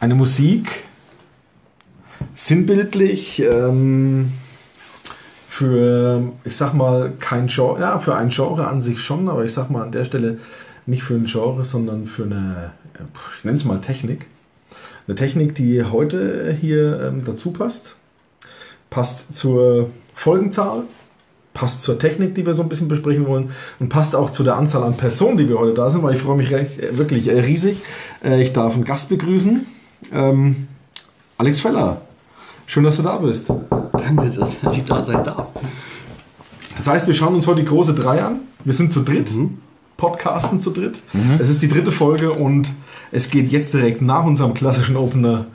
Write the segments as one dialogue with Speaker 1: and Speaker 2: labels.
Speaker 1: eine Musik, sinnbildlich ähm, für, ich sag mal, kein Genre, ja, für ein Genre an sich schon, aber ich sag mal an der Stelle nicht für ein Genre, sondern für eine, ich nenne es mal Technik. Eine Technik, die heute hier ähm, dazu passt, passt zur Folgenzahl, passt zur Technik, die wir so ein bisschen besprechen wollen und passt auch zu der Anzahl an Personen, die wir heute da sind, weil ich freue mich recht, äh, wirklich äh, riesig. Äh, Ich darf einen Gast begrüßen, ähm, Alex Feller. Schön, dass du da bist.
Speaker 2: Danke, dass ich da sein darf.
Speaker 1: Das heißt, wir schauen uns heute die große Drei an. Wir sind zu dritt, podcasten zu dritt. Es ist die dritte Folge und es geht jetzt direkt nach unserem klassischen Opener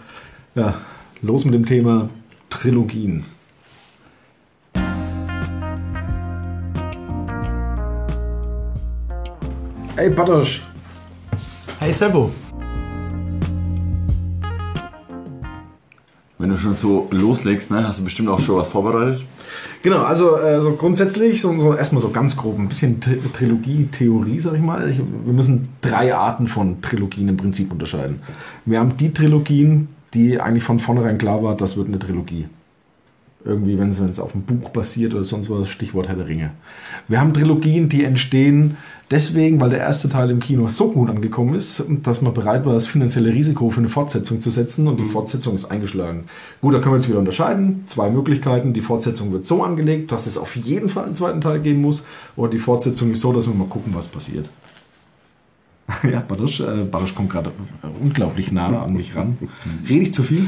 Speaker 1: ja, los mit dem Thema Trilogien. Ey, Batosch,
Speaker 3: Hey Sebo.
Speaker 4: Wenn du schon so loslegst, ne, hast du bestimmt auch schon was vorbereitet.
Speaker 1: Genau, also äh, so grundsätzlich, so, so erstmal so ganz grob, ein bisschen Tri Trilogie-Theorie, sag ich mal. Ich, wir müssen drei Arten von Trilogien im Prinzip unterscheiden. Wir haben die Trilogien, die eigentlich von vornherein klar war, das wird eine Trilogie. Irgendwie, wenn es wenn es auf einem Buch basiert oder sonst was, Stichwort Herr der Ringe. Wir haben Trilogien, die entstehen deswegen, weil der erste Teil im Kino so gut angekommen ist, dass man bereit war, das finanzielle Risiko für eine Fortsetzung zu setzen und die Fortsetzung ist eingeschlagen. Gut, da können wir jetzt wieder unterscheiden. Zwei Möglichkeiten. Die Fortsetzung wird so angelegt, dass es auf jeden Fall einen zweiten Teil geben muss oder die Fortsetzung ist so, dass wir mal gucken, was passiert. Ja, Badusch, äh, Badusch kommt gerade unglaublich nah an mich ran. Rede ich zu viel?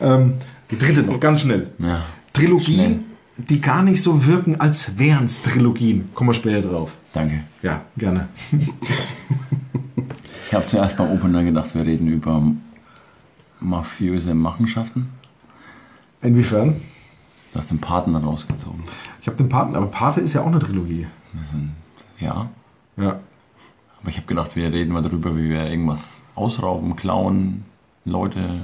Speaker 1: Ähm, die dritte noch, ganz schnell.
Speaker 4: Ja.
Speaker 1: Trilogien,
Speaker 4: Schnell.
Speaker 1: die gar nicht so wirken, als wären es Trilogien. Kommen wir später drauf.
Speaker 4: Danke.
Speaker 1: Ja, gerne.
Speaker 4: Ich habe zuerst beim Opener gedacht, wir reden über mafiöse Machenschaften.
Speaker 1: Inwiefern?
Speaker 4: Du hast den Partner rausgezogen.
Speaker 1: Ich habe den Paten, aber Pate ist ja auch eine Trilogie.
Speaker 4: Ja.
Speaker 1: Ja.
Speaker 4: Aber ich habe gedacht, wir reden mal darüber, wie wir irgendwas ausrauben, klauen, Leute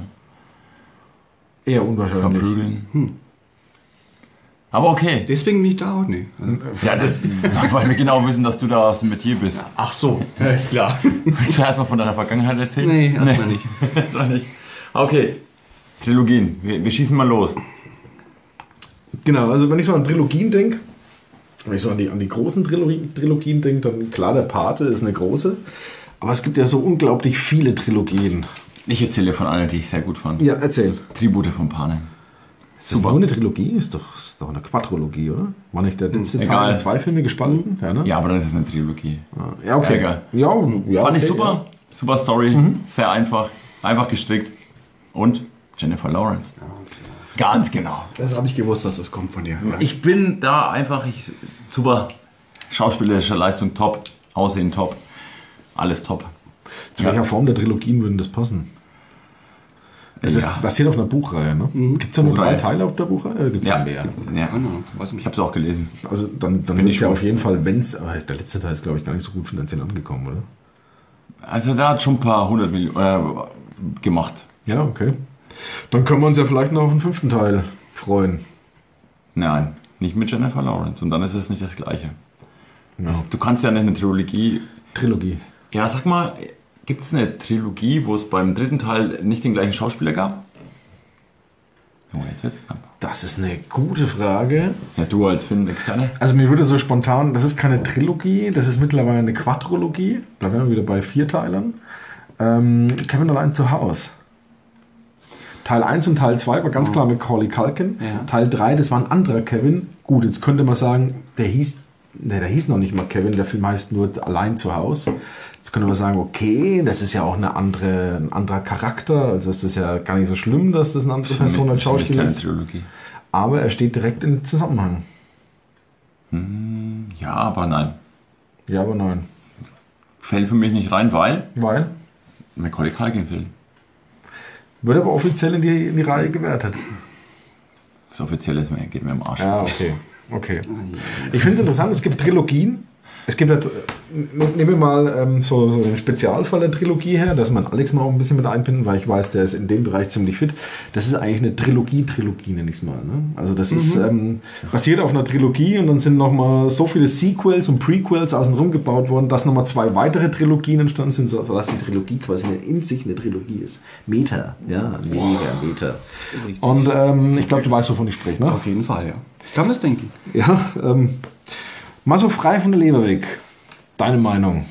Speaker 1: Eher unwahrscheinlich.
Speaker 4: verprügeln. Aber okay.
Speaker 2: Deswegen bin ich da auch nicht. Also,
Speaker 4: Ja, das, weil wir genau wissen, dass du da aus dem Metier bist.
Speaker 1: Ach so.
Speaker 2: ja, ist klar.
Speaker 4: Willst du erstmal von deiner Vergangenheit erzählen?
Speaker 2: Nee, erstmal nicht.
Speaker 4: erstmal nicht. Okay. Trilogien. Wir, wir schießen mal los.
Speaker 1: Genau, also wenn ich so an Trilogien denke, wenn ich so an die, an die großen Trilogien, Trilogien denke, dann klar, der Pate ist eine große. Aber es gibt ja so unglaublich viele Trilogien.
Speaker 4: Ich erzähle von einer, die ich sehr gut fand.
Speaker 1: Ja, erzähl.
Speaker 4: Tribute von Panem.
Speaker 1: Ist das
Speaker 4: Super.
Speaker 1: nur eine Trilogie? Ist doch, ist doch eine Quadrologie, oder? War nicht der letzte
Speaker 4: Egal.
Speaker 1: Teil in zwei Filme gespalten? Hm, Ja, ne?
Speaker 4: Ja, aber das ist eine Trilogie.
Speaker 1: ja okay.
Speaker 4: Egal.
Speaker 1: Ja, ja,
Speaker 4: Fand ich
Speaker 1: okay,
Speaker 4: super. Super Story. Sehr einfach. Einfach gestrickt. Und Jennifer Lawrence. Ganz genau.
Speaker 2: Das habe ich gewusst, dass das kommt von dir.
Speaker 4: Ich bin da einfach ich, super. Schauspielerische Leistung top. Aussehen top. Alles top.
Speaker 1: Ja. Zu welcher Form der Trilogien würden das passen? Es
Speaker 4: Ja.
Speaker 1: ist basiert auf einer Buchreihe, ne?
Speaker 2: Mhm.
Speaker 1: Gibt es ja nur drei
Speaker 4: Buchreihe.
Speaker 1: Teile auf der Buchreihe? Oder gibt's
Speaker 4: Ja.
Speaker 1: da mehr?
Speaker 4: ja.
Speaker 2: Keine Ahnung, weiß
Speaker 4: Ich
Speaker 2: nicht.
Speaker 4: habe es auch gelesen.
Speaker 1: Also dann, dann wird
Speaker 4: ich
Speaker 1: ja
Speaker 4: gut.
Speaker 1: auf jeden Fall, wenn es... Aber der letzte Teil ist, glaube ich, gar nicht so gut finanziell angekommen, oder?
Speaker 4: Also da hat schon ein paar hundert Millionen äh, gemacht.
Speaker 1: Ja, okay. Dann können wir uns ja vielleicht noch auf den fünften Teil freuen.
Speaker 4: Nein, nicht mit Jennifer Lawrence. Und dann ist es nicht das Gleiche. Das, du kannst ja nicht eine Trilogie
Speaker 1: Trilogie.
Speaker 4: Ja, sag mal, gibt es eine Trilogie, wo es beim dritten Teil nicht den gleichen Schauspieler gab? Junge, jetzt wird's knapp.
Speaker 1: Das ist eine gute Frage.
Speaker 4: Ja, du als Film-Experte.
Speaker 1: Also mir würde so spontan, das ist keine Trilogie, das ist mittlerweile eine Quadrologie. Da wären wir wieder bei vier Teilern. Ähm, Kevin allein zu Haus. Teil 1 und Teil 2 war ganz klar mit Corley Culkin.
Speaker 2: Ja.
Speaker 1: Teil 3, das war ein anderer Kevin. Gut, jetzt könnte man sagen, der hieß, ne, der hieß noch nicht mal Kevin, der Film heißt nur Allein zu Haus. Jetzt könnte man sagen, okay, das ist ja auch eine andere, ein anderer Charakter. Also es ist ja gar nicht so schlimm, dass das eine andere Person als Schauspieler
Speaker 4: keine
Speaker 1: ist.
Speaker 4: Trilogie.
Speaker 1: Aber er steht direkt im Zusammenhang.
Speaker 4: Ja, aber nein.
Speaker 1: Ja, aber nein.
Speaker 4: Fällt für mich nicht rein, weil
Speaker 1: Weil?
Speaker 4: Macaulay Culkin fehlt.
Speaker 1: Wird aber offiziell in die, in die Reihe gewertet.
Speaker 4: Das Offizielle ist mir, geht mir im Arsch.
Speaker 1: Ah, okay. Okay. Ich finde es interessant, es gibt Trilogien, Es gibt halt, äh, ne- nehmen wir mal ähm, so, so den Spezialfall der Trilogie her, dass man Alex mal auch ein bisschen mit einbinden, weil ich weiß, der ist in dem Bereich ziemlich fit. Das ist eigentlich eine Trilogie-Trilogie, nenne ich es mal. Ne? Also das ist
Speaker 2: Mhm.
Speaker 1: ähm, basiert auf einer Trilogie und dann sind nochmal so viele Sequels und Prequels außenrum gebaut worden, dass nochmal zwei weitere Trilogien entstanden sind, so- sodass die Trilogie quasi eine, in sich eine Trilogie ist. Meta, ja, mega Meta.
Speaker 2: Richtig.
Speaker 1: Und ähm, ich glaube, du weißt, wovon ich spreche, ne?
Speaker 2: Auf jeden Fall, ja. Kann man es denken.
Speaker 1: Ja, ähm, mal so frei von der Leber weg. Deine Meinung.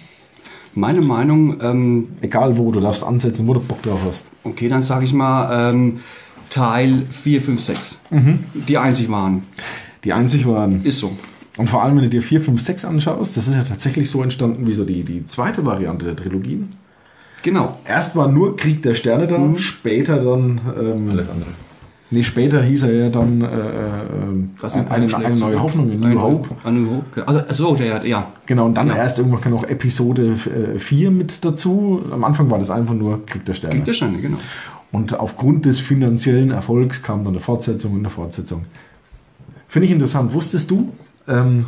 Speaker 2: Meine Meinung, ähm,
Speaker 1: Egal wo, du darfst ansetzen, wo du Bock drauf hast.
Speaker 2: okay, dann sage ich mal ähm, Teil 4, 5, 6.
Speaker 1: Mhm.
Speaker 2: Die einzig waren.
Speaker 1: Die einzig waren.
Speaker 2: Ist so.
Speaker 1: Und vor allem, wenn du dir 4, 5, 6 anschaust, das ist ja tatsächlich so entstanden wie so die, die zweite Variante der Trilogien.
Speaker 2: Genau.
Speaker 1: Erst war nur Krieg der Sterne da,
Speaker 2: Mhm.
Speaker 1: später dann. Ähm,
Speaker 4: Alles andere.
Speaker 1: Nee, später hieß er ja dann äh, äh,
Speaker 2: Das sind
Speaker 1: eine, eine,
Speaker 2: Einschläge
Speaker 1: eine neue
Speaker 2: zurück.
Speaker 1: Hoffnung, in
Speaker 2: Eine
Speaker 1: New
Speaker 2: neue
Speaker 1: Hope.
Speaker 2: Hoffnung. Eine neue Hope. Also, achso, der hat, ja.
Speaker 1: Genau, und dann
Speaker 2: Ja.
Speaker 1: erst irgendwann kam noch Episode 4 mit dazu. Am Anfang war das einfach nur Krieg der Sterne.
Speaker 2: Kriegt der Steine, genau.
Speaker 1: Und aufgrund des finanziellen Erfolgs kam dann eine Fortsetzung und eine Fortsetzung. Finde ich interessant. Wusstest du, ähm,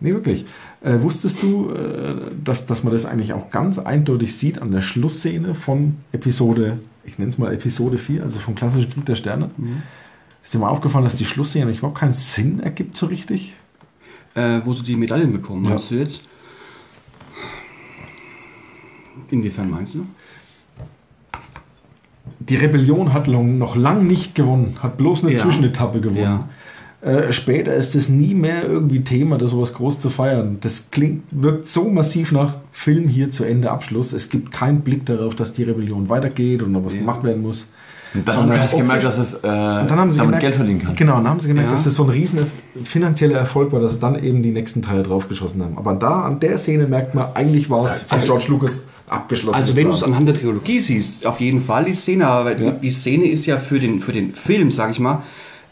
Speaker 1: nee, wirklich, äh, wusstest du, äh, dass, dass man das eigentlich auch ganz eindeutig sieht an der Schlussszene von Episode, ich nenne es mal Episode 4, also vom klassischen Krieg der Sterne?
Speaker 2: Mhm.
Speaker 1: Ist dir mal aufgefallen, dass die Schlussszene eigentlich überhaupt keinen Sinn ergibt so richtig?
Speaker 2: Äh, wo sie die Medaillen bekommen,
Speaker 1: Ja.
Speaker 2: meinst du jetzt? Inwiefern meinst du?
Speaker 1: Die Rebellion hat lo- noch lang nicht gewonnen, hat bloß eine
Speaker 2: Ja.
Speaker 1: Zwischenetappe gewonnen.
Speaker 2: Ja.
Speaker 1: Äh, später ist es nie mehr irgendwie Thema, das sowas groß zu feiern. Das klingt, wirkt so massiv nach Film hier zu Ende Abschluss. Es gibt keinen Blick darauf, dass die Rebellion weitergeht und noch was
Speaker 2: Ja.
Speaker 1: gemacht werden muss.
Speaker 4: Und dann
Speaker 1: Sondern
Speaker 4: haben wir erst
Speaker 1: optisch-
Speaker 4: gemerkt, dass es äh,
Speaker 1: Und dann haben sie
Speaker 4: damit
Speaker 1: gemerkt,
Speaker 4: Geld verdienen kann.
Speaker 1: Genau, dann haben sie gemerkt,
Speaker 2: Ja.
Speaker 1: dass das so ein riesen finanzieller Erfolg war, dass sie dann eben die nächsten Teile draufgeschossen haben. Aber da, an der Szene merkt man, eigentlich war es von George Lucas abgeschlossen.
Speaker 2: Also wenn du es anhand der Theologie siehst, auf jeden Fall die Szene, aber die-
Speaker 1: Ja.
Speaker 2: die Szene ist ja für den, für den Film, sag ich mal,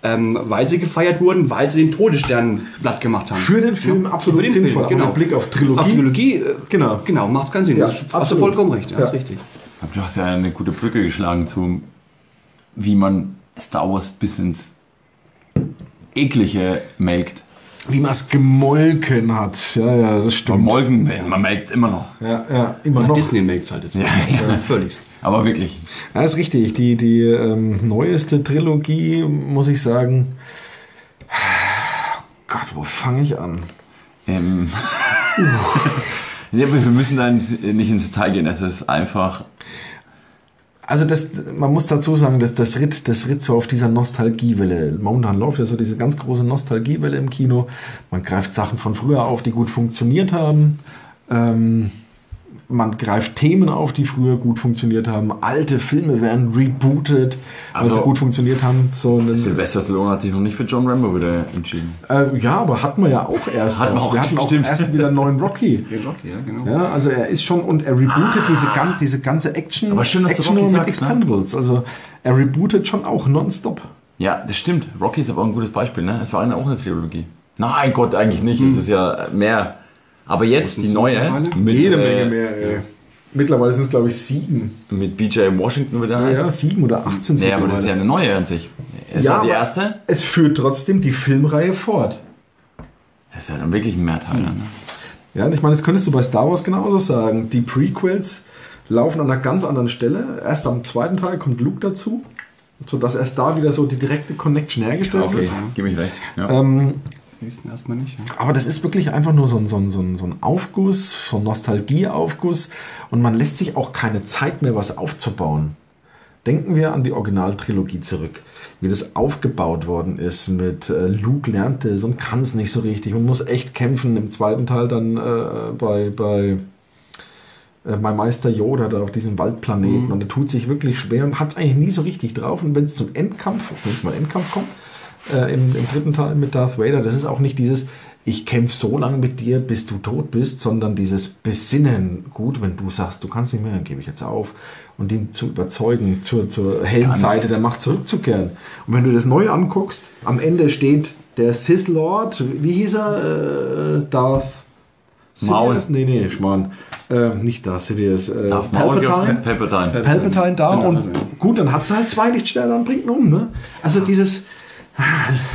Speaker 2: ähm, weil sie gefeiert wurden, weil sie den Todesstern platt gemacht haben.
Speaker 1: Für den Film absolut sinnvoll, aber
Speaker 2: genau.
Speaker 1: mit Blick auf Trilogie-
Speaker 2: Auf Trilogie, äh,
Speaker 1: Genau.
Speaker 2: genau, macht keinen Sinn.
Speaker 1: Ja,
Speaker 2: das hast du
Speaker 1: absolut.
Speaker 2: vollkommen recht, ja,
Speaker 1: Ja.
Speaker 2: ist richtig.
Speaker 4: Du hast ja eine gute Brücke geschlagen zu, wie man Star Wars bis ins Eklige melkt.
Speaker 1: wie man es gemolken hat. Ja, ja, das
Speaker 4: Beim
Speaker 1: stimmt.
Speaker 4: Molken, man melkt immer noch.
Speaker 1: Ja, ja, immer noch.
Speaker 2: Disney makes halt jetzt. Völligst.
Speaker 4: Aber wirklich.
Speaker 1: Ja, ist richtig. Die, die ähm, neueste Trilogie, muss ich sagen. oh Gott, wo fange ich an?
Speaker 4: Ähm, ja, aber wir müssen da nicht ins Detail gehen. Es ist einfach.
Speaker 1: Also das, man muss dazu sagen, dass das ritt, das ritt so auf dieser Nostalgiewelle. Momentan läuft ja so diese ganz große Nostalgiewelle im Kino. Man greift Sachen von früher auf, die gut funktioniert haben. Ähm, man greift Themen auf, die früher gut funktioniert haben. Alte Filme werden rebootet, weil sie
Speaker 4: Aber-
Speaker 1: gut funktioniert haben. So ein-
Speaker 4: Sylvester Stallone hat sich noch nicht für John Rambo wieder entschieden.
Speaker 1: Äh, ja, aber hatten wir ja auch erst.
Speaker 4: Hatten wir auch,
Speaker 1: wir hatten auch
Speaker 4: stimmt.
Speaker 1: erst wieder einen neuen Rocky.
Speaker 2: Ja, genau.
Speaker 1: Ja, also er ist schon und er rebootet diese, gan diese ganze Action.
Speaker 4: Aber schön, dass du
Speaker 1: Action
Speaker 4: Rocky
Speaker 1: nur mit
Speaker 4: sagst, ne?
Speaker 1: Expendables. Also er rebootet schon auch nonstop.
Speaker 4: Ja, das stimmt. Rocky ist aber auch ein gutes Beispiel, ne? Es war eine, auch eine Trilogie. Nein, Gott, eigentlich nicht. Es ist ja mehr. Aber jetzt die
Speaker 2: sind's
Speaker 4: neue.
Speaker 2: mittlerweile?
Speaker 4: Mit, äh,
Speaker 1: mehr. Ey. Mittlerweile sind es glaube ich sieben.
Speaker 4: Mit BJ Washington wieder
Speaker 1: Ja,
Speaker 4: heißt.
Speaker 1: ja, sieben oder acht sind es
Speaker 4: Nee, aber das ist ja eine neue an sich. Es
Speaker 1: Ja,
Speaker 4: war die
Speaker 1: aber-
Speaker 4: erste.
Speaker 1: Es führt trotzdem die Filmreihe fort.
Speaker 4: Das ist ja dann wirklich ein Mehrteil. Ne?
Speaker 1: Ja, und ich meine, das könntest du bei Star Wars genauso sagen. Die Prequels laufen an einer ganz anderen Stelle. Erst am zweiten Teil kommt Luke dazu, sodass erst da wieder so die direkte Connection hergestellt
Speaker 4: Okay,
Speaker 1: wird.
Speaker 4: gebe ich recht. Ja.
Speaker 1: Ähm,
Speaker 2: Das nächste erstmal nicht. Ja.
Speaker 1: aber das ist wirklich einfach nur so ein, so ein, so ein, so ein Aufguss, so ein Nostalgieaufguss und man lässt sich auch keine Zeit mehr, was aufzubauen. Denken wir an die Originaltrilogie zurück, wie das aufgebaut worden ist mit äh, Luke lernt es und kann es nicht so richtig und muss echt kämpfen. Im zweiten Teil dann äh, bei, bei äh, mein Meister Yoda da auf diesem Waldplaneten und er tut sich wirklich schwer und hat es eigentlich nie so richtig drauf. Und wenn es zum Endkampf, wenn es mal Endkampf kommt, äh, im, im dritten Teil mit Darth Vader, das ist auch nicht dieses, ich kämpfe so lange mit dir, bis du tot bist, sondern dieses Besinnen. Gut, wenn du sagst, du kannst nicht mehr, dann gebe ich jetzt auf. Und ihn zu überzeugen, zur, zur hellen
Speaker 4: Ganz.
Speaker 1: Seite der Macht zurückzukehren. Und wenn du das neu anguckst, am Ende steht der Sith Lord, wie hieß er? Äh, Darth
Speaker 4: Maul.
Speaker 1: Sidious? Nee, nee, Schmarrn. Ähm, nicht da, Sidious. Äh,
Speaker 4: Darth Maul
Speaker 1: Palpatine.
Speaker 4: gibt's- Palpatine.
Speaker 1: Palpatine da
Speaker 2: Sind
Speaker 1: und
Speaker 2: andere, ja.
Speaker 1: gut, dann hat sie halt zwei Lichtsterne und bringt ihn um. Ne? Also dieses,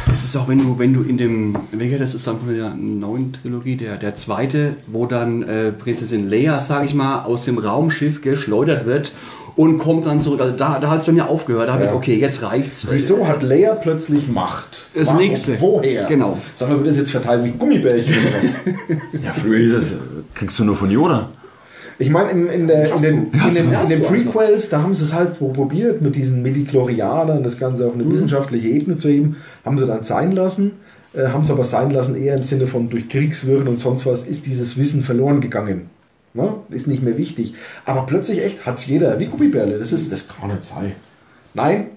Speaker 2: Das ist auch, wenn du, wenn du in dem, welcher, das ist dann von der neuen Trilogie, der, der zweite, wo dann äh, Prinzessin Leia, sag ich mal, aus dem Raumschiff geschleudert wird und kommt dann zurück. Also da, da hat es bei mir aufgehört. Da hab ich,
Speaker 1: Ja.
Speaker 2: okay, jetzt reicht's.
Speaker 1: Wieso hat Leia plötzlich Macht?
Speaker 2: Das
Speaker 1: Warum?
Speaker 2: Nächste.
Speaker 1: Woher?
Speaker 2: Genau.
Speaker 1: Sagen wir, wird das jetzt verteilt wie Gummibärchen oder was?
Speaker 4: Ja, früher ist das, kriegst du nur von Yoda.
Speaker 1: Ich meine, in, in, der- in, den, in, den, in
Speaker 2: Hast
Speaker 1: den
Speaker 2: du einfach.
Speaker 1: Prequels, da haben sie es halt pro- probiert, mit diesen Medichlorianern das Ganze auf eine
Speaker 2: Mhm.
Speaker 1: wissenschaftliche Ebene zu heben, haben sie dann sein lassen, äh, haben es aber sein lassen eher im Sinne von durch Kriegswirren und sonst was ist dieses Wissen verloren gegangen. Ne? Ist nicht mehr wichtig. Aber plötzlich echt hat's jeder, wie Gummibärle, das ist, das kann nicht sein. Nein,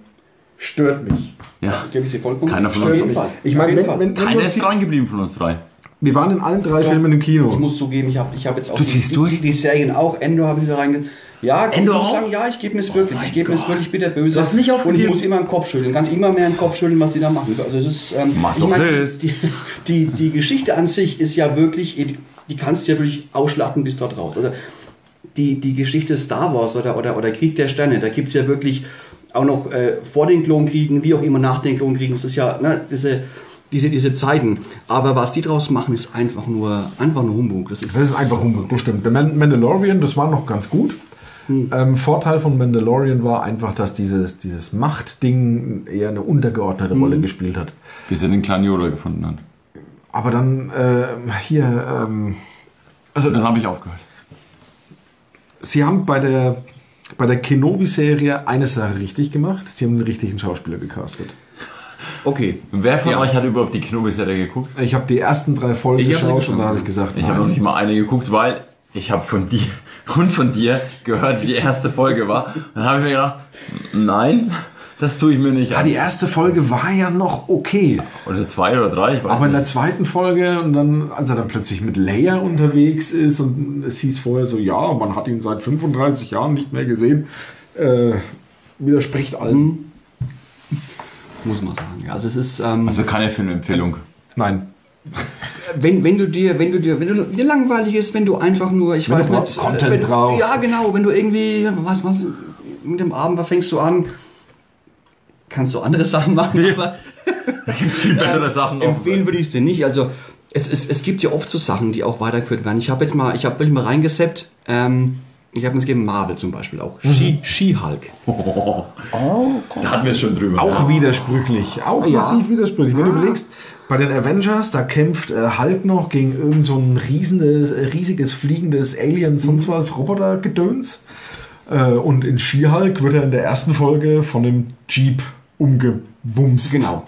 Speaker 1: stört mich.
Speaker 4: Ja.
Speaker 2: Gebe ich dir vollkommen.
Speaker 4: Keiner von
Speaker 2: Auf
Speaker 4: uns-
Speaker 2: jeden Fall.
Speaker 1: Ich
Speaker 2: Auf
Speaker 1: meine,
Speaker 2: jeden
Speaker 1: wenn,
Speaker 2: Fall.
Speaker 1: wenn, wenn
Speaker 4: Keiner
Speaker 1: wir,
Speaker 4: ist klein geblieben von uns drei.
Speaker 1: wir waren in allen drei Filmen im
Speaker 2: Ich
Speaker 1: Kino.
Speaker 2: muss zugeben, ich habe ich hab jetzt auch
Speaker 4: Du
Speaker 2: die,
Speaker 4: ziehst
Speaker 2: die,
Speaker 4: durch?
Speaker 2: die, die Serien auch. Endor habe ich wieder reinge. Ja, ich
Speaker 4: Endor
Speaker 2: muss
Speaker 4: auch? Oh
Speaker 2: sagen, ja, ich gebe mir es wirklich.
Speaker 4: mein
Speaker 2: ich gebe mir es
Speaker 4: Gott.
Speaker 2: wirklich bitterböse.
Speaker 4: Du hast nicht
Speaker 2: Und ich
Speaker 4: aufgegeben?
Speaker 2: muss immer im Kopf schütteln. Ganz immer mehr im Kopf schütteln, was die da machen. Also es ist, ähm, ich meine,
Speaker 4: Masochist.
Speaker 2: die, die, die Geschichte an sich ist ja wirklich, die kannst du ja wirklich ausschlachten bis dort raus. Also die, die Geschichte Star Wars oder, oder, oder Krieg der Sterne, da gibt es ja wirklich auch noch äh, vor den Klonkriegen, wie auch immer nach den Klonkriegen, das ist ja ne, diese, diese, diese Zeiten. Aber was die draus machen, ist einfach nur, einfach nur Humbug. Das ist,
Speaker 1: Das ist einfach Humbug, das stimmt. Der Man- Mandalorian, das war noch ganz gut.
Speaker 2: Hm.
Speaker 1: Ähm, Vorteil von Mandalorian war einfach, dass dieses, dieses Machtding eher eine untergeordnete
Speaker 2: Hm.
Speaker 1: Rolle gespielt hat.
Speaker 4: Bis er den kleinen Yoda gefunden hat.
Speaker 1: Aber dann ähm, hier, ähm,
Speaker 4: Also dann habe ich aufgehört.
Speaker 1: sie haben bei der, bei der Kenobi-Serie eine Sache richtig gemacht. Sie haben den richtigen Schauspieler gecastet.
Speaker 2: okay.
Speaker 4: Wer von
Speaker 2: Ja.
Speaker 4: euch hat überhaupt die Knobi-Serie geguckt?
Speaker 1: Ich habe die ersten drei Folgen
Speaker 2: Ich hab
Speaker 1: geschaut
Speaker 2: sie
Speaker 1: und da
Speaker 2: geschaut,
Speaker 1: habe
Speaker 2: ja.
Speaker 1: ich gesagt,
Speaker 4: Ich habe noch
Speaker 1: nein.
Speaker 4: nicht mal eine geguckt, weil ich habe von dir und von dir gehört, wie die erste Folge war. Dann habe ich mir gedacht, nein, das tue ich mir nicht
Speaker 1: ja, die
Speaker 4: an.
Speaker 1: erste Folge war ja noch okay.
Speaker 4: Oder zwei oder drei, ich weiß
Speaker 1: Aber in der
Speaker 4: nicht.
Speaker 1: zweiten Folge, und dann, als er dann plötzlich mit Leia unterwegs ist und es hieß vorher so, ja, man hat ihn seit 35 Jahren nicht mehr gesehen, äh, widerspricht allem.
Speaker 2: Hm? Muss man sagen. Ja, also es ist. Ähm,
Speaker 4: Also keine Filmempfehlung.
Speaker 1: Nein.
Speaker 2: wenn, wenn du dir, wenn du dir, wenn du dir langweilig ist, wenn du einfach nur, ich
Speaker 1: Wenn
Speaker 2: weiß
Speaker 1: du
Speaker 2: nicht,
Speaker 1: Content
Speaker 2: wenn,
Speaker 1: brauchst.
Speaker 2: Ja, genau, wenn du irgendwie, was, was, mit dem Abend, was fängst du an? Kannst du andere Sachen machen, aber
Speaker 4: Viel bessere Sachen auf-
Speaker 2: empfehlen würde ich es dir nicht. Also es, es, es gibt ja oft so Sachen, die auch weitergeführt werden. Ich habe jetzt mal, ich habe wirklich mal reingeseppt, ähm, ich habe es gegeben, Marvel zum Beispiel auch.
Speaker 4: Mhm.
Speaker 2: She- She-Hulk.
Speaker 4: Oh. Da hatten wir es schon drüber.
Speaker 1: Oh, Auch widersprüchlich. Auch
Speaker 2: Ja.
Speaker 1: massiv widersprüchlich. Wenn du überlegst, bei den Avengers, da kämpft äh, Hulk noch gegen irgend so ein riesendes, äh, riesiges, fliegendes Alien, sonst was, Robotergedöns. Äh, und in She-Hulk wird er in der ersten Folge von dem Jeep umgewumst.
Speaker 2: Genau.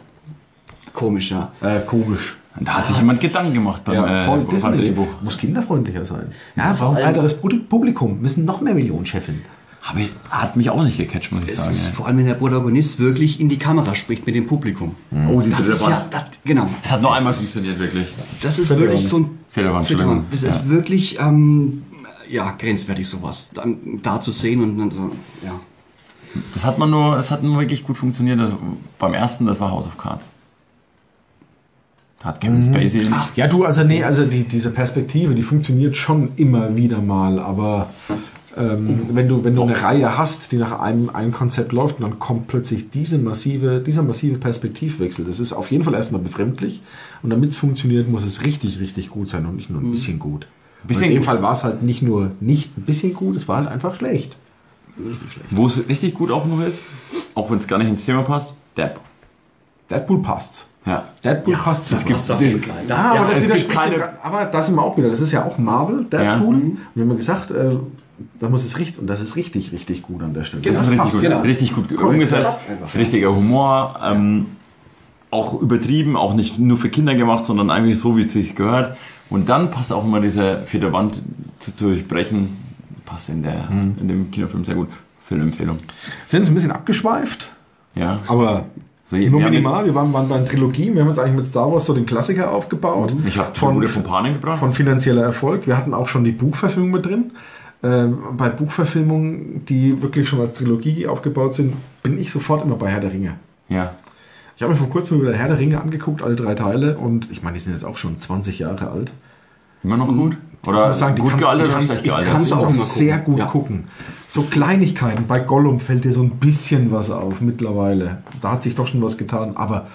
Speaker 2: Komischer.
Speaker 1: Äh, komisch.
Speaker 4: Da hat sich jemand Gedanken gemacht beim,
Speaker 1: Ja, voll
Speaker 4: äh, beim
Speaker 1: Disney
Speaker 4: Drehbuch.
Speaker 1: muss kinderfreundlicher sein. Ja, warum
Speaker 2: allem-
Speaker 1: alteres Produ- Publikum müssen noch mehr Millionen scheffeln.
Speaker 4: Hab ich, hat mich auch nicht gecatcht, muss ich
Speaker 2: Es ist
Speaker 4: sagen.
Speaker 2: vor allem, wenn der Protagonist wirklich in die Kamera spricht mit dem Publikum.
Speaker 4: ey. Oh, die
Speaker 2: Das
Speaker 4: dritte
Speaker 2: ist ja,
Speaker 4: Wand.
Speaker 2: das, genau.
Speaker 4: Das hat nur einmal funktioniert, wirklich.
Speaker 2: Das ist wirklich so ein.
Speaker 4: Federwand,
Speaker 2: Federwand.
Speaker 4: Entschuldigung.
Speaker 2: Das ist wirklich, ähm, ja, grenzwertig sowas. Dann da zu sehen und dann so, ja.
Speaker 4: Das hat man nur, das hat nur wirklich gut funktioniert. Das, beim ersten, das war House of Cards. Da hat Kevin
Speaker 1: Mhm.
Speaker 4: Spacey.
Speaker 1: Ja, du, also nee, also die, diese Perspektive, die funktioniert schon immer wieder mal, aber ähm, wenn du, wenn du eine Reihe hast, die nach einem, einem Konzept läuft, und dann kommt plötzlich diese massive, dieser massive Perspektivwechsel. Das ist auf jeden Fall erstmal befremdlich und damit es funktioniert, muss es richtig, richtig gut sein und nicht nur ein bisschen gut.
Speaker 4: Mhm. Bisschen
Speaker 1: und in dem
Speaker 4: gut.
Speaker 1: Fall war es halt nicht nur nicht ein bisschen gut, es war halt einfach schlecht.
Speaker 4: Wo es richtig gut auch noch ist, auch wenn es gar nicht ins Thema passt, Deadpool.
Speaker 1: Deadpool passt's.
Speaker 4: Ja.
Speaker 1: Deadpool passt super.
Speaker 2: gibt's auf jeden Fall.
Speaker 1: Ja, aber das
Speaker 4: es gibt
Speaker 1: widerspricht
Speaker 4: keine- mhm.
Speaker 1: dem, aber da sind wir auch wieder. Das ist ja auch Marvel, Deadpool. Und wir haben ja gesagt, äh, da muss es richtig und das ist richtig, richtig gut an der Stelle.
Speaker 4: Das ist richtig
Speaker 1: passt,
Speaker 4: gut,
Speaker 2: genau.
Speaker 4: richtig gut
Speaker 1: Korrekt,
Speaker 4: umgesetzt.
Speaker 1: passt einfach.
Speaker 4: Richtiger Humor, ähm, auch übertrieben, auch nicht nur für Kinder gemacht, sondern eigentlich so, wie es sich gehört. Und dann passt auch immer diese vierte Wand zu durchbrechen. Passt in, der,
Speaker 1: Hm.
Speaker 4: in dem Kinofilm sehr gut. Filmempfehlung.
Speaker 1: Sind jetzt ein bisschen abgeschweift,
Speaker 4: Ja.
Speaker 1: aber
Speaker 4: So, wir
Speaker 1: nur
Speaker 4: haben
Speaker 1: minimal. Wir waren, waren bei Trilogien. Wir haben jetzt eigentlich mit Star Wars so den Klassiker aufgebaut.
Speaker 4: Jetzt, Mhm. ich habe
Speaker 1: von,
Speaker 4: von, von Panem gebracht.
Speaker 1: von finanzieller Erfolg. Wir hatten auch schon die Buchverfilmung mit drin. Ähm, bei Buchverfilmungen, die wirklich schon als Trilogie aufgebaut sind, bin ich sofort immer bei Herr der Ringe.
Speaker 4: ja.
Speaker 1: Ich habe mir vor kurzem wieder Herr der Ringe angeguckt, alle drei Teile. Und ich meine, die sind jetzt auch schon 20 Jahre alt.
Speaker 4: Immer noch gut? Oder
Speaker 1: muss sagen, die
Speaker 4: gut
Speaker 1: kann-
Speaker 4: gealtert
Speaker 1: die
Speaker 4: oder
Speaker 1: kann-
Speaker 4: schlecht
Speaker 1: die
Speaker 4: gealtert?
Speaker 2: kannst
Speaker 1: Kannst
Speaker 2: du
Speaker 1: du
Speaker 2: auch
Speaker 1: auch
Speaker 2: immer
Speaker 1: sehr
Speaker 2: gucken.
Speaker 1: gut
Speaker 2: Ja.
Speaker 1: gucken. So Kleinigkeiten. Bei Gollum fällt dir so ein bisschen was auf mittlerweile. Da hat sich doch schon was getan. Aber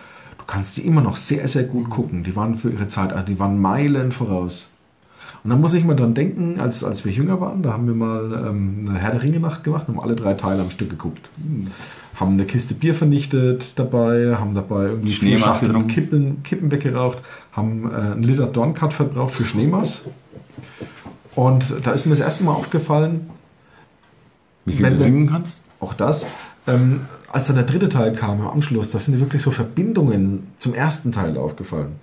Speaker 1: kannst die immer noch sehr, sehr gut gucken. Die waren für ihre Zeit, also die waren Meilen voraus. Und dann muss ich mir dann denken, als, als wir jünger waren, da haben wir mal ähm, eine Herr der Ringe Nacht gemacht, haben alle drei Teile am Stück geguckt. Hm. Haben eine Kiste Bier vernichtet dabei, haben dabei irgendwie vier
Speaker 4: Schneemaß
Speaker 1: Schachteln
Speaker 4: getrunken.
Speaker 1: Kippen, Kippen weggeraucht, haben äh, einen Liter Dorncut verbraucht für Schneemaß. Und da ist mir das erste Mal aufgefallen,
Speaker 4: Wie viel
Speaker 1: Wenn
Speaker 4: du
Speaker 1: du-
Speaker 4: trinken kannst?
Speaker 1: auch das. Ähm, als dann der dritte Teil kam am Schluss, da sind mir wirklich so Verbindungen zum ersten Teil aufgefallen.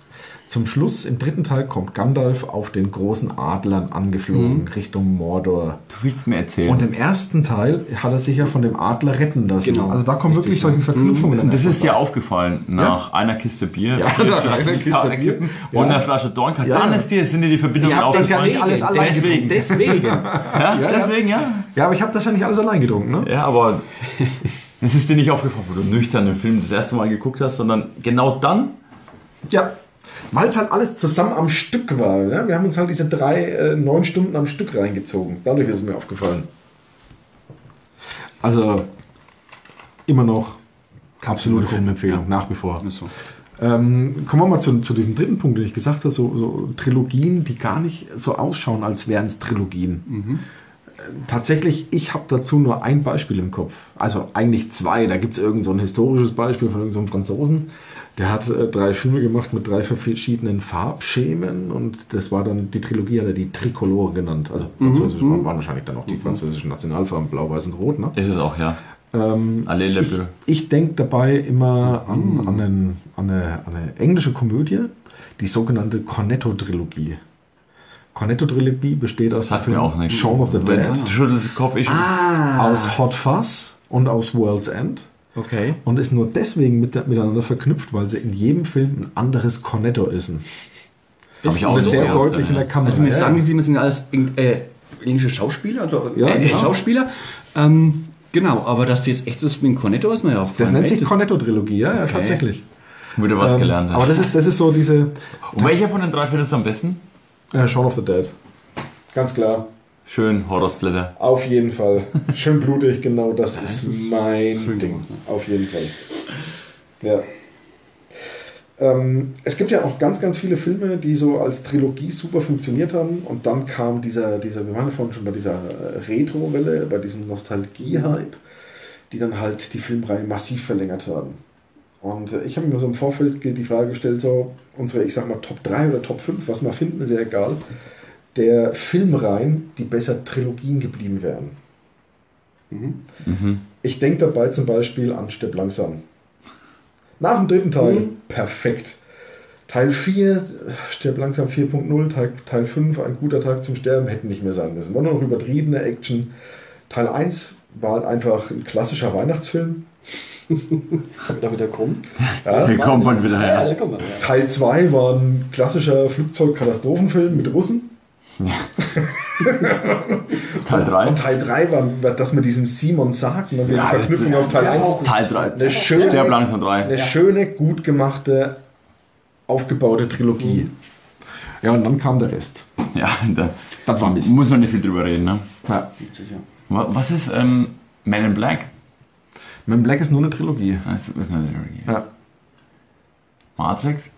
Speaker 1: Zum Schluss, im dritten Teil, kommt Gandalf auf den großen Adlern angeflogen
Speaker 4: Mhm.
Speaker 1: Richtung Mordor.
Speaker 4: Du willst mir erzählen.
Speaker 1: Und im ersten Teil hat er sich ja von dem Adler retten lassen.
Speaker 2: Genau.
Speaker 1: Also da kommen wirklich solche Verknüpfungen. dann
Speaker 4: Mhm. das
Speaker 1: einfach
Speaker 4: ist ja aufgefallen nach einer Kiste Bier,
Speaker 1: Ja,
Speaker 4: vier
Speaker 1: nach
Speaker 4: Flaschen
Speaker 1: einer Kiste Bier.
Speaker 4: Kippen
Speaker 1: Ja.
Speaker 4: und einer Flasche Dornkat.
Speaker 1: Ja,
Speaker 4: Dann
Speaker 1: ja.
Speaker 4: ist dir, sind dir die Verbindungen
Speaker 1: Ich hab das ja
Speaker 4: aufgefallen.
Speaker 1: nicht alles allein
Speaker 4: Deswegen.
Speaker 2: Deswegen.
Speaker 4: Ja,
Speaker 1: ja.
Speaker 4: deswegen, ja.
Speaker 1: da. ja, aber ich habe das ja nicht alles allein getrunken. Ne?
Speaker 4: Ja, aber es ist dir nicht aufgefallen, wo du nüchtern den Film das erste Mal geguckt hast, sondern genau dann
Speaker 1: Ja, weil es halt alles zusammen am Stück war. Ne? Wir haben uns halt diese drei, äh, neun Stunden am Stück reingezogen. Dadurch ist es mir aufgefallen. Also, immer noch absolute Filmempfehlung, nach wie vor.
Speaker 2: so.
Speaker 1: Ähm, kommen wir mal zu, zu diesem dritten Punkt, den ich gesagt habe, so, so Trilogien, die gar nicht so ausschauen, als wären es Trilogien. Äh, Tatsächlich, ich habe dazu nur ein Beispiel im Kopf. Also eigentlich zwei. Da gibt es irgend so ein historisches Beispiel von irgendeinem Franzosen. Der hat äh, drei Filme gemacht mit drei verschiedenen Farbschemen und das war dann, die Trilogie hat er die Tricolore genannt. Also französisch waren wahrscheinlich dann auch die französischen Nationalfarben, blau, weiß und rot. Ne?
Speaker 4: ist es auch, ja.
Speaker 1: Ähm,
Speaker 4: Alle
Speaker 1: ich,
Speaker 4: Löffel.
Speaker 1: ich denke dabei immer an,
Speaker 4: Mhm.
Speaker 1: an, einen, an, eine, an eine englische Komödie, die sogenannte Cornetto-Trilogie. Cornetto-Trilogie besteht aus dem
Speaker 4: Sagt mir auch nichts. Ah.
Speaker 1: Shaun of the
Speaker 4: Wenn-
Speaker 1: Dead, Ah.
Speaker 4: Du schüttelst den Kopf, ich
Speaker 1: aus Hot Fuzz und aus World's End
Speaker 2: Okay.
Speaker 1: und ist nur deswegen mit, miteinander verknüpft, weil sie in jedem Film ein anderes Cornetto essen.
Speaker 4: Hab ich auch
Speaker 1: Das ist
Speaker 4: so
Speaker 1: sehr
Speaker 4: erst,
Speaker 1: deutlich in der
Speaker 4: ja.
Speaker 1: Kamera.
Speaker 2: Also mir ist
Speaker 1: Ja.
Speaker 2: angeblieben, das sind alles äh, englische Schauspieler, also
Speaker 1: Ja,
Speaker 2: englische
Speaker 1: genau.
Speaker 2: Schauspieler. Ähm, genau, aber dass du jetzt echt das mit dem Cornetto ist mir ja aufgefallen.
Speaker 1: das nennt sich
Speaker 2: Echt?
Speaker 1: Cornetto-Trilogie, ja, ja tatsächlich.
Speaker 4: würde was gelernt
Speaker 1: Ähm, Aber
Speaker 4: haben.
Speaker 1: das ist, das ist so diese
Speaker 4: Und welcher von den drei findest du am besten?
Speaker 1: äh, Shaun of the Dead. Ganz klar.
Speaker 4: Schön, Horrorsblätter.
Speaker 1: Auf jeden Fall. Schön blutig, genau. Das, ist, mein Ding. Auf jeden Fall. Ja. Ähm, es gibt ja auch ganz, ganz viele Filme, die so als Trilogie super funktioniert haben. Und dann kam dieser, dieser wir waren ja vorhin schon bei dieser äh, Retro-Welle, bei diesem Nostalgie-Hype, die dann halt die Filmreihe massiv verlängert haben. Und äh, ich habe mir so im Vorfeld die Frage gestellt, so unsere, ich sag mal, Top 3 oder Top 5, was wir finden, ist ja egal der Filmreihen, die besser Trilogien geblieben wären. Ich denke dabei zum Beispiel an Stirb langsam. Nach dem dritten Teil, perfekt. Teil 4, Stirb langsam 4.0, Teil, Teil 5, ein guter Tag zum Sterben, hätten nicht mehr sein müssen. War nur noch übertriebene Action. Teil 1 war halt einfach ein klassischer Weihnachtsfil.m
Speaker 2: Wird auch wieder kommen.
Speaker 1: Ja.
Speaker 4: Der kommt bald wieder
Speaker 2: Ja,
Speaker 4: her.
Speaker 2: da kommen wir. wieder.
Speaker 1: Teil 2 war ein klassischer Flugzeugkatastrophenfilm mit Russen.
Speaker 4: Teil 3.
Speaker 1: Und Teil 3 war, war das mit diesem Simon sagt, man will
Speaker 4: Ja,
Speaker 1: Verknüpfung
Speaker 4: das-
Speaker 1: auf Teil 1.
Speaker 4: Teil 3.
Speaker 1: Eine schöne,
Speaker 4: Sterb langsam 3.
Speaker 1: eine schöne, gut gemachte, aufgebaute Trilogie. Mhm. Ja, und dann kam der Rest.
Speaker 4: Ja, da
Speaker 1: Das war Mist.
Speaker 4: muss man nicht viel drüber reden. Ne?
Speaker 1: Ja.
Speaker 4: Wa- Was ist ähm, Man in Black?
Speaker 1: Man in Black ist nur eine Trilogie.
Speaker 4: Das ist eine Theorie.
Speaker 1: Ja.
Speaker 4: Matrix?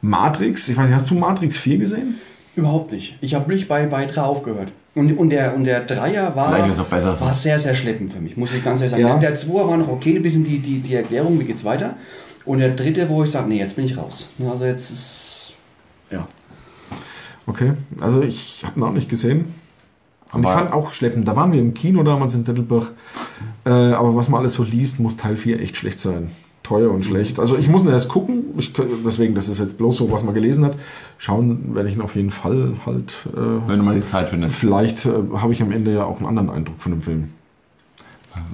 Speaker 1: Matrix, ich weiß nicht, hast du Matrix 4 gesehen?
Speaker 2: Überhaupt nicht. Ich habe nicht bei, bei drei aufgehört. Und, und, der, und der Dreier war,
Speaker 4: Vielleicht ist auch besser so.
Speaker 2: war sehr, sehr schleppend für mich, muss ich ganz ehrlich sagen.
Speaker 1: Ja.
Speaker 2: Der Zweier war noch okay, ein bisschen die, die, die Erklärung, wie geht's weiter. Und der dritte, wo ich sage, nee, jetzt bin ich raus. Also jetzt ist. Ja.
Speaker 1: Okay, also ich habe ihn auch nicht gesehen. Und ich
Speaker 4: Aber-
Speaker 1: fand auch schleppend. Da waren wir im Kino damals in Dettelbach. Äh, aber was man alles so liest, muss Teil 4 echt schlecht sein. Teuer und schlecht. Also ich muss ihn erst gucken. Ich, kö- deswegen, das ist jetzt bloß so, was man gelesen hat. Schauen werde ich ihn auf jeden Fall halt. Äh,
Speaker 4: Wenn du mal die Zeit findest.
Speaker 1: vielleicht äh, habe ich am Ende ja auch einen anderen Eindruck von dem Film.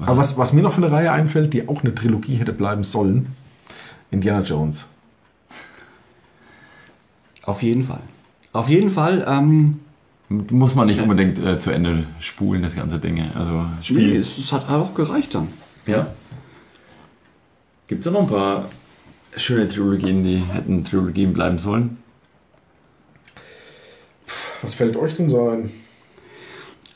Speaker 1: Aber was, was mir noch für eine Reihe einfällt, die auch eine Trilogie hätte bleiben sollen, Indiana Jones.
Speaker 2: Auf jeden Fall. Auf jeden Fall. Ähm,
Speaker 4: Muss man nicht unbedingt äh, zu Ende spulen, das ganze Ding. Also
Speaker 2: nee,
Speaker 4: Spiel.
Speaker 2: es, es hat auch gereicht dann.
Speaker 4: Ja. Gibt es noch ein paar schöne Trilogien, die hätten Trilogien bleiben sollen?
Speaker 1: Was fällt euch denn so ein?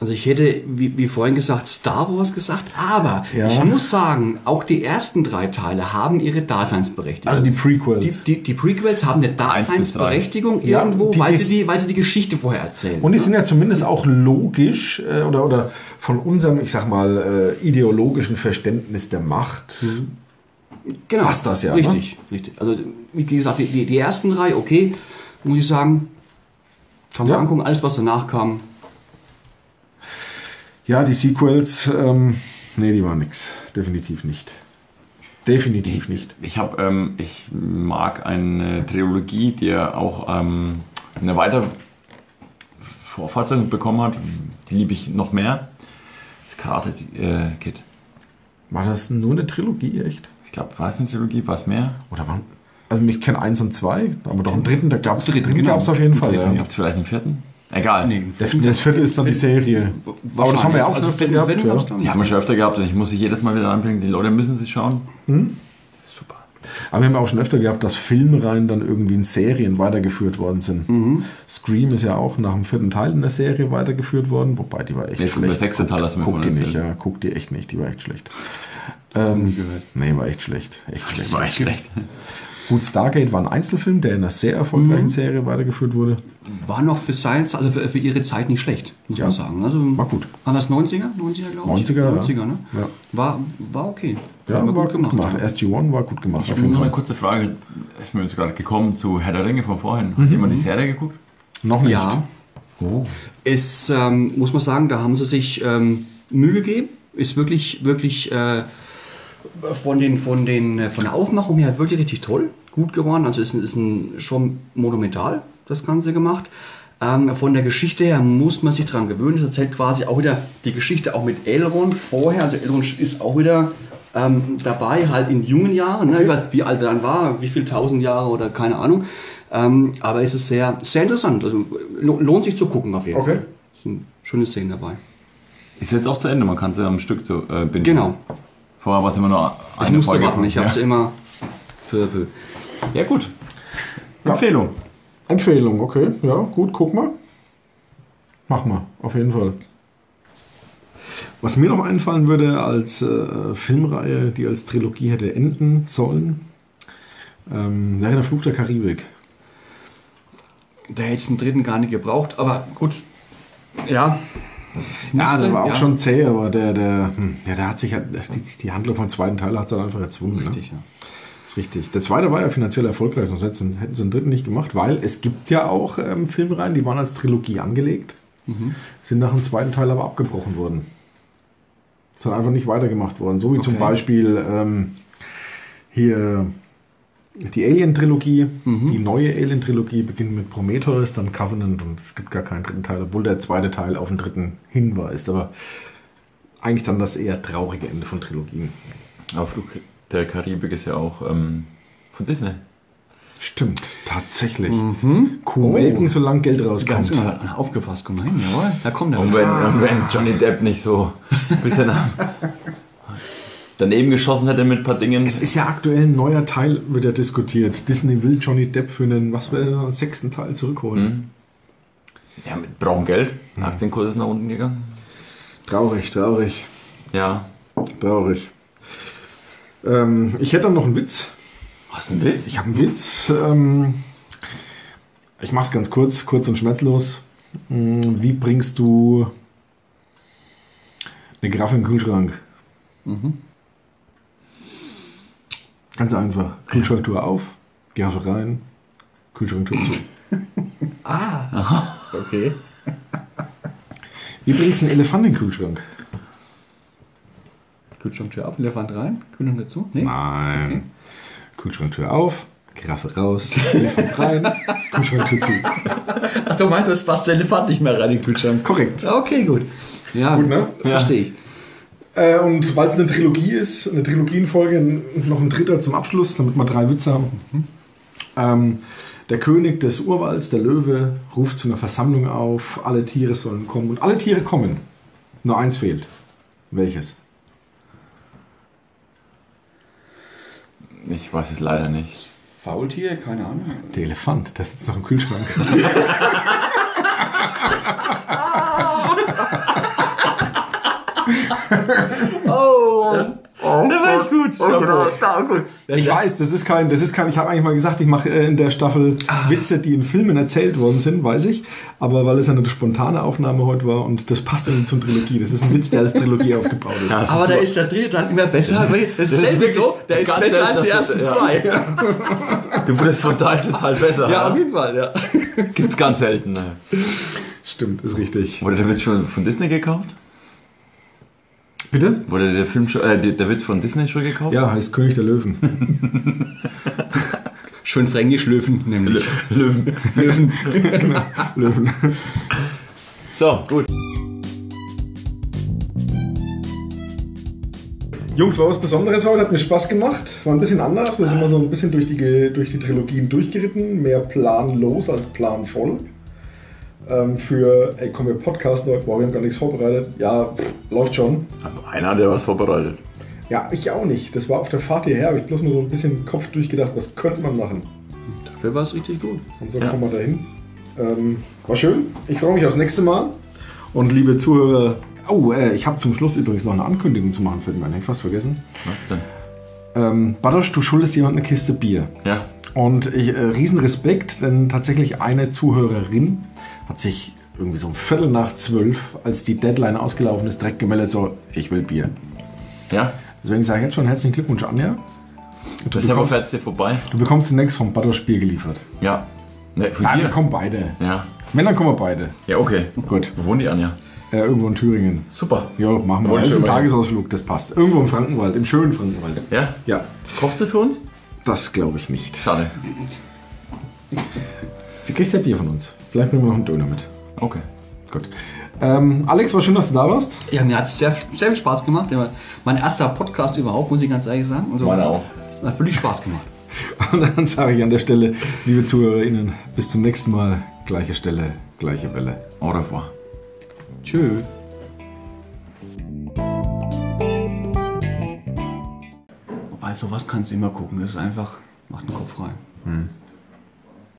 Speaker 2: Also ich hätte, wie, wie vorhin gesagt, Star Wars gesagt, aber
Speaker 1: Ja.
Speaker 2: ich muss sagen, auch die ersten drei Teile haben ihre Daseinsberechtigung.
Speaker 1: Also die Prequels.
Speaker 2: Die, die, die Prequels haben eine
Speaker 4: bis drei.
Speaker 2: Daseinsberechtigung
Speaker 1: Ja,
Speaker 2: irgendwo,
Speaker 1: die-
Speaker 2: weil,
Speaker 1: die-
Speaker 2: sie die, weil sie die Geschichte vorher erzählen.
Speaker 1: Und die sind ja zumindest auch logisch äh, oder, oder von unserem, ich sag mal, äh, ideologischen Verständnis der Macht.
Speaker 2: genau.
Speaker 1: passt das ja, ne?
Speaker 2: Richtig, richtig. Also wie gesagt, die, die, die ersten drei, okay, muss ich sagen, kann man
Speaker 1: Ja.
Speaker 2: angucken, alles was danach kam.
Speaker 1: Ja, die Sequels, ähm, nee, die waren nix. Definitiv nicht. Definitiv nicht.
Speaker 4: Ich habe, ähm, ich mag eine Trilogie, die ja auch ähm, eine weitere Vorfassung bekommen hat. Die liebe ich noch mehr. Das Karate äh, Kid.
Speaker 1: War das nur eine Trilogie, echt?
Speaker 4: Ich glaube, war es eine Trilogie? War es mehr?
Speaker 1: Oder waren. Also mich kennen eins und zwei, aber doch einen dritten, da gab es
Speaker 2: Dritten,
Speaker 1: dritten
Speaker 2: genau.
Speaker 1: gab's auf jeden Fall. ja.
Speaker 2: Dritten,
Speaker 4: Gibt es vielleicht einen vierten? Egal.
Speaker 1: Der, das vierte ist dann die Serie. Aber das haben wir ja auch
Speaker 2: Also
Speaker 1: schon öfter gehabt. ja.
Speaker 4: Die haben wir schon öfter gehabt und ich muss sie jedes Mal wieder anbringen. Die Leute müssen sie schauen. Super.
Speaker 1: Aber wir haben ja auch schon öfter gehabt, dass Filmreihen dann irgendwie in Serien weitergeführt worden sind. Scream ist ja auch nach dem vierten Teil in der Serie weitergeführt worden, wobei die war echt
Speaker 4: Jetzt kommt
Speaker 1: schlecht.
Speaker 4: der sechste Teil, das müssen
Speaker 1: guck
Speaker 4: wir
Speaker 1: die
Speaker 4: nicht
Speaker 1: nicht, ja, guck die echt nicht, die war echt schlecht. Ähm, nee, war echt schlecht. Echt schlecht.
Speaker 4: Das war echt schlecht.
Speaker 1: Gut, Stargate war ein Einzelfilm, der in einer sehr erfolgreichen Serie weitergeführt wurde.
Speaker 2: War noch für Science, also für, für ihre Zeit nicht schlecht, muss
Speaker 1: Ja.
Speaker 2: man sagen. Also,
Speaker 1: War gut.
Speaker 2: War das 90er? 90er, glaube ich.
Speaker 1: 90er, ja.
Speaker 2: 90er, ne?
Speaker 1: Ja.
Speaker 2: War, war okay.
Speaker 1: Ja,
Speaker 2: Haben wir
Speaker 1: war gut gemacht.
Speaker 2: ja.
Speaker 1: SG-1 war gut gemacht, auf jeden
Speaker 4: Nur
Speaker 1: Fall.
Speaker 4: eine kurze Frage. Ist mir jetzt gerade gekommen zu Herr der Ringe von vorhin. Hat jemand die Serie geguckt?
Speaker 1: Noch nicht.
Speaker 2: Ja.
Speaker 1: Oh.
Speaker 2: Es ähm, muss man sagen, da haben sie sich ähm, Mühe gegeben. Ist wirklich, wirklich äh, von, den, von, den, äh, von der Aufmachung her wirklich richtig toll. Gut geworden. Also ist, ein- ist ein, schon monumental, das Ganze gemacht. Ähm, von der Geschichte her muss man sich dran gewöhnen. Es erzählt quasi auch wieder die Geschichte auch mit Elrond vorher. Also Elrond ist auch wieder ähm, dabei, halt in jungen Jahren. Ne? Ich weiß, Wie alt er dann war, wie viel tausend Jahre oder keine Ahnung. Ähm, aber es ist sehr, sehr interessant. Also lo- lohnt sich zu gucken auf jeden
Speaker 1: Okay.
Speaker 2: Fall. Sind schöne Szenen dabei.
Speaker 4: Ist jetzt auch zu Ende. Man kann sie am Stück zu, äh, binden.
Speaker 2: Genau.
Speaker 4: Vorher war es immer nur
Speaker 2: Ich
Speaker 4: eine
Speaker 2: musste
Speaker 4: Folge.
Speaker 2: warten. Ich
Speaker 4: ja.
Speaker 2: habe es immer peu à peu.
Speaker 4: ja gut. Empfehlung.
Speaker 1: Empfehlung, okay. Ja, gut, guck mal. Mach mal, auf jeden Fall. Was mir noch einfallen würde als äh, Filmreihe, die als Trilogie hätte enden sollen, ähm, wäre der Flug der Karibik.
Speaker 2: Da hätte es einen dritten gar nicht gebraucht, aber gut. Ja.
Speaker 1: Ja,
Speaker 2: Musste,
Speaker 1: der war auch
Speaker 2: ja.
Speaker 1: schon zäh, aber der, der, hm, ja, der hat sich halt, die, die Handlung vom zweiten Teil hat es dann einfach erzwungen.
Speaker 2: Richtig,
Speaker 1: ne?
Speaker 2: ja.
Speaker 1: Ist richtig. Der zweite war ja finanziell erfolgreich, sonst hätten sie- hätten sie den dritten nicht gemacht, weil es gibt ja auch ähm, Filmreihen, die waren als Trilogie angelegt, sind nach dem zweiten Teil aber abgebrochen worden. Ist dann einfach nicht weitergemacht worden. So wie zum
Speaker 2: Okay.
Speaker 1: Beispiel ähm, hier die Alien-Trilogie, die neue Alien-Trilogie beginnt mit Prometheus, dann Covenant und es gibt gar keinen dritten Teil, obwohl der zweite Teil auf den dritten hinweist. Aber eigentlich dann das eher traurige Ende von Trilogien.
Speaker 4: Aber Flug der Karibik ist ja auch ähm, von Disney.
Speaker 1: Stimmt, tatsächlich. Kuh melken, solange Geld rauskommt.
Speaker 2: Ganz genau, da hat einer aufgepasst. Guck mal hin, jawohl. Da kommt er.
Speaker 4: Und wenn, und wenn Johnny Depp nicht so ein bisschen daneben geschossen hätte mit ein paar Dingen.
Speaker 1: Es ist ja aktuell ein neuer Teil, wird ja diskutiert. Disney will Johnny Depp für einen, was wäre das, sechsten Teil zurückholen.
Speaker 4: Ja, mit braunem Geld. Aktienkurs ist nach unten gegangen.
Speaker 1: Traurig, traurig,
Speaker 4: Ja.
Speaker 1: traurig. Ähm, ich hätte dann noch einen Witz.
Speaker 4: Was ein Witz?
Speaker 1: Ich habe einen Witz. Ähm, ich mache es ganz kurz, kurz und schmerzlos. Hm, Wie bringst du eine Giraffe in den Kühlschrank? Ganz einfach. Kühlschranktür auf, Giraffe rein, Kühlschranktür zu.
Speaker 4: Okay.
Speaker 1: Wie bringst du einen Elefant in den Kühlschrank?
Speaker 2: Kühlschranktür ab, Elefant rein, Kühlschrank dazu. Nee.
Speaker 1: Nein. Kühlschranktür auf, Giraffe raus, Elefant rein, Kühlschranktür zu.
Speaker 2: Ach, du meinst, es passt der Elefant nicht mehr rein in den Kühlschrank.
Speaker 1: Korrekt.
Speaker 2: Okay, gut. Ja,
Speaker 1: Gut, ne?
Speaker 2: verstehe ich.
Speaker 1: Äh, und weil es eine Trilogie ist, eine Trilogienfolge, n- noch ein dritter zum Abschluss, damit wir drei Witze haben. Ähm, der König des Urwalds, der Löwe, ruft zu einer Versammlung auf, alle Tiere sollen kommen und alle Tiere kommen. Nur eins fehlt. Welches?
Speaker 4: Ich weiß es leider nicht.
Speaker 2: Faultier, keine Ahnung.
Speaker 1: Der Elefant, der sitzt noch im Kühlschrank. Oh, oh, genau,
Speaker 4: Der war echt gut. Chapeau.
Speaker 1: Ich weiß, das ist kein, das ist kein, ich habe eigentlich mal gesagt, ich mache äh, in der Staffel Witze, die in Filmen erzählt worden sind, weiß ich. Aber weil es ja eine spontane Aufnahme heute war und das passt irgendwie zum Trilogie. Das ist ein Witz, der als Trilogie aufgebaut ist.
Speaker 4: Das
Speaker 2: Aber
Speaker 4: ist
Speaker 2: da
Speaker 4: so-
Speaker 2: ist der dritte dann immer besser. weil Das
Speaker 4: ist
Speaker 2: ist selber
Speaker 4: wirklich
Speaker 2: so, der ist
Speaker 4: ganz
Speaker 2: besser
Speaker 4: selten,
Speaker 2: als die
Speaker 4: dass das-
Speaker 2: ersten
Speaker 4: ja.
Speaker 2: zwei.
Speaker 4: Du wurdest frontal total besser.
Speaker 2: Ja, auf jeden Fall, ja.
Speaker 4: Gibt's ganz selten. Ne?
Speaker 1: Stimmt, ist richtig.
Speaker 4: Wurde der Witz schon von Disney gekauft?
Speaker 1: Bitte?
Speaker 4: Wurde der Film schon, äh, der- der Witz von Disney schon gekauft?
Speaker 1: Ja, heißt König der Löwen.
Speaker 2: Schön fränkisch Löwen, nämlich.
Speaker 4: Löwen.
Speaker 2: Löwen.
Speaker 1: Löwen.
Speaker 4: So, gut.
Speaker 1: Jungs, war was Besonderes heute, hat mir Spaß gemacht. War ein bisschen anders. Wir sind mal so ein bisschen durch die, Ge- durch die Trilogien durchgeritten. Mehr planlos als planvoll. Ähm, für, ey, komm, wir podcasten heute. Boah, wir haben gar nichts vorbereitet. Ja, pff, läuft schon.
Speaker 4: Aber Also einer hat ja was vorbereitet.
Speaker 1: Ja, ich auch nicht. Das war auf der Fahrt hierher, habe ich bloß mal so ein bisschen im Kopf durchgedacht, was könnte man machen.
Speaker 2: Dafür war es richtig gut.
Speaker 1: Und so
Speaker 4: Ja.
Speaker 1: kommen wir dahin. Ähm, war schön. Ich freue mich aufs nächste Mal. Und liebe Zuhörer, oh, äh, ich habe zum Schluss übrigens noch eine Ankündigung zu machen, fällt mir ein. Hätte ich fast vergessen.
Speaker 4: Was denn?
Speaker 1: Ähm, Badosch, du schuldest jemand eine Kiste Bier.
Speaker 4: Ja.
Speaker 1: Und ich, äh, Riesenrespekt, denn tatsächlich eine Zuhörerin hat sich irgendwie so um Viertel nach zwölf, als die Deadline ausgelaufen ist, direkt gemeldet, so, ich will Bier.
Speaker 4: Ja.
Speaker 1: Deswegen sage ich jetzt schon herzlichen Glückwunsch, Anja. Du
Speaker 4: Deshalb
Speaker 1: bekommst-
Speaker 4: fährt's dir vorbei.
Speaker 1: Du bekommst demnächst vom Badosch Bier geliefert.
Speaker 4: Ja. Ne, von
Speaker 1: Dann
Speaker 4: dir?
Speaker 1: kommen beide.
Speaker 4: Ja.
Speaker 1: Wenn, dann kommen wir beide.
Speaker 4: Ja, okay.
Speaker 1: Gut.
Speaker 4: Wo wohnt die Anja?
Speaker 1: Äh, irgendwo in Thüringen.
Speaker 4: Super.
Speaker 1: Jo, machen wir.
Speaker 4: Wollte
Speaker 1: Das ist
Speaker 4: schon
Speaker 1: ein
Speaker 4: mal hin.
Speaker 1: Tagesausflug, das passt. Irgendwo im Frankenwald, im schönen Frankenwald.
Speaker 4: Ja?
Speaker 1: Ja,
Speaker 4: Kocht sie für uns?
Speaker 1: das glaube ich nicht.
Speaker 4: Schade.
Speaker 1: Sie kriegt ja Bier von uns. Vielleicht bringen wir noch einen Döner mit.
Speaker 4: Okay.
Speaker 1: Gut. Ähm, Alex, war schön, dass du da warst.
Speaker 2: Ja, mir hat es sehr, sehr viel Spaß gemacht. Ja, Mein erster Podcast überhaupt, muss ich ganz ehrlich sagen. Also,
Speaker 4: Meiner auch.
Speaker 2: Hat wirklich Spaß gemacht.
Speaker 1: Und dann sage ich an der Stelle, liebe ZuhörerInnen, bis zum nächsten Mal. Gleiche Stelle, gleiche Welle.
Speaker 4: Au revoir.
Speaker 2: Tschö. Wobei, sowas kannst du immer gucken. Das ist einfach, macht den Kopf frei.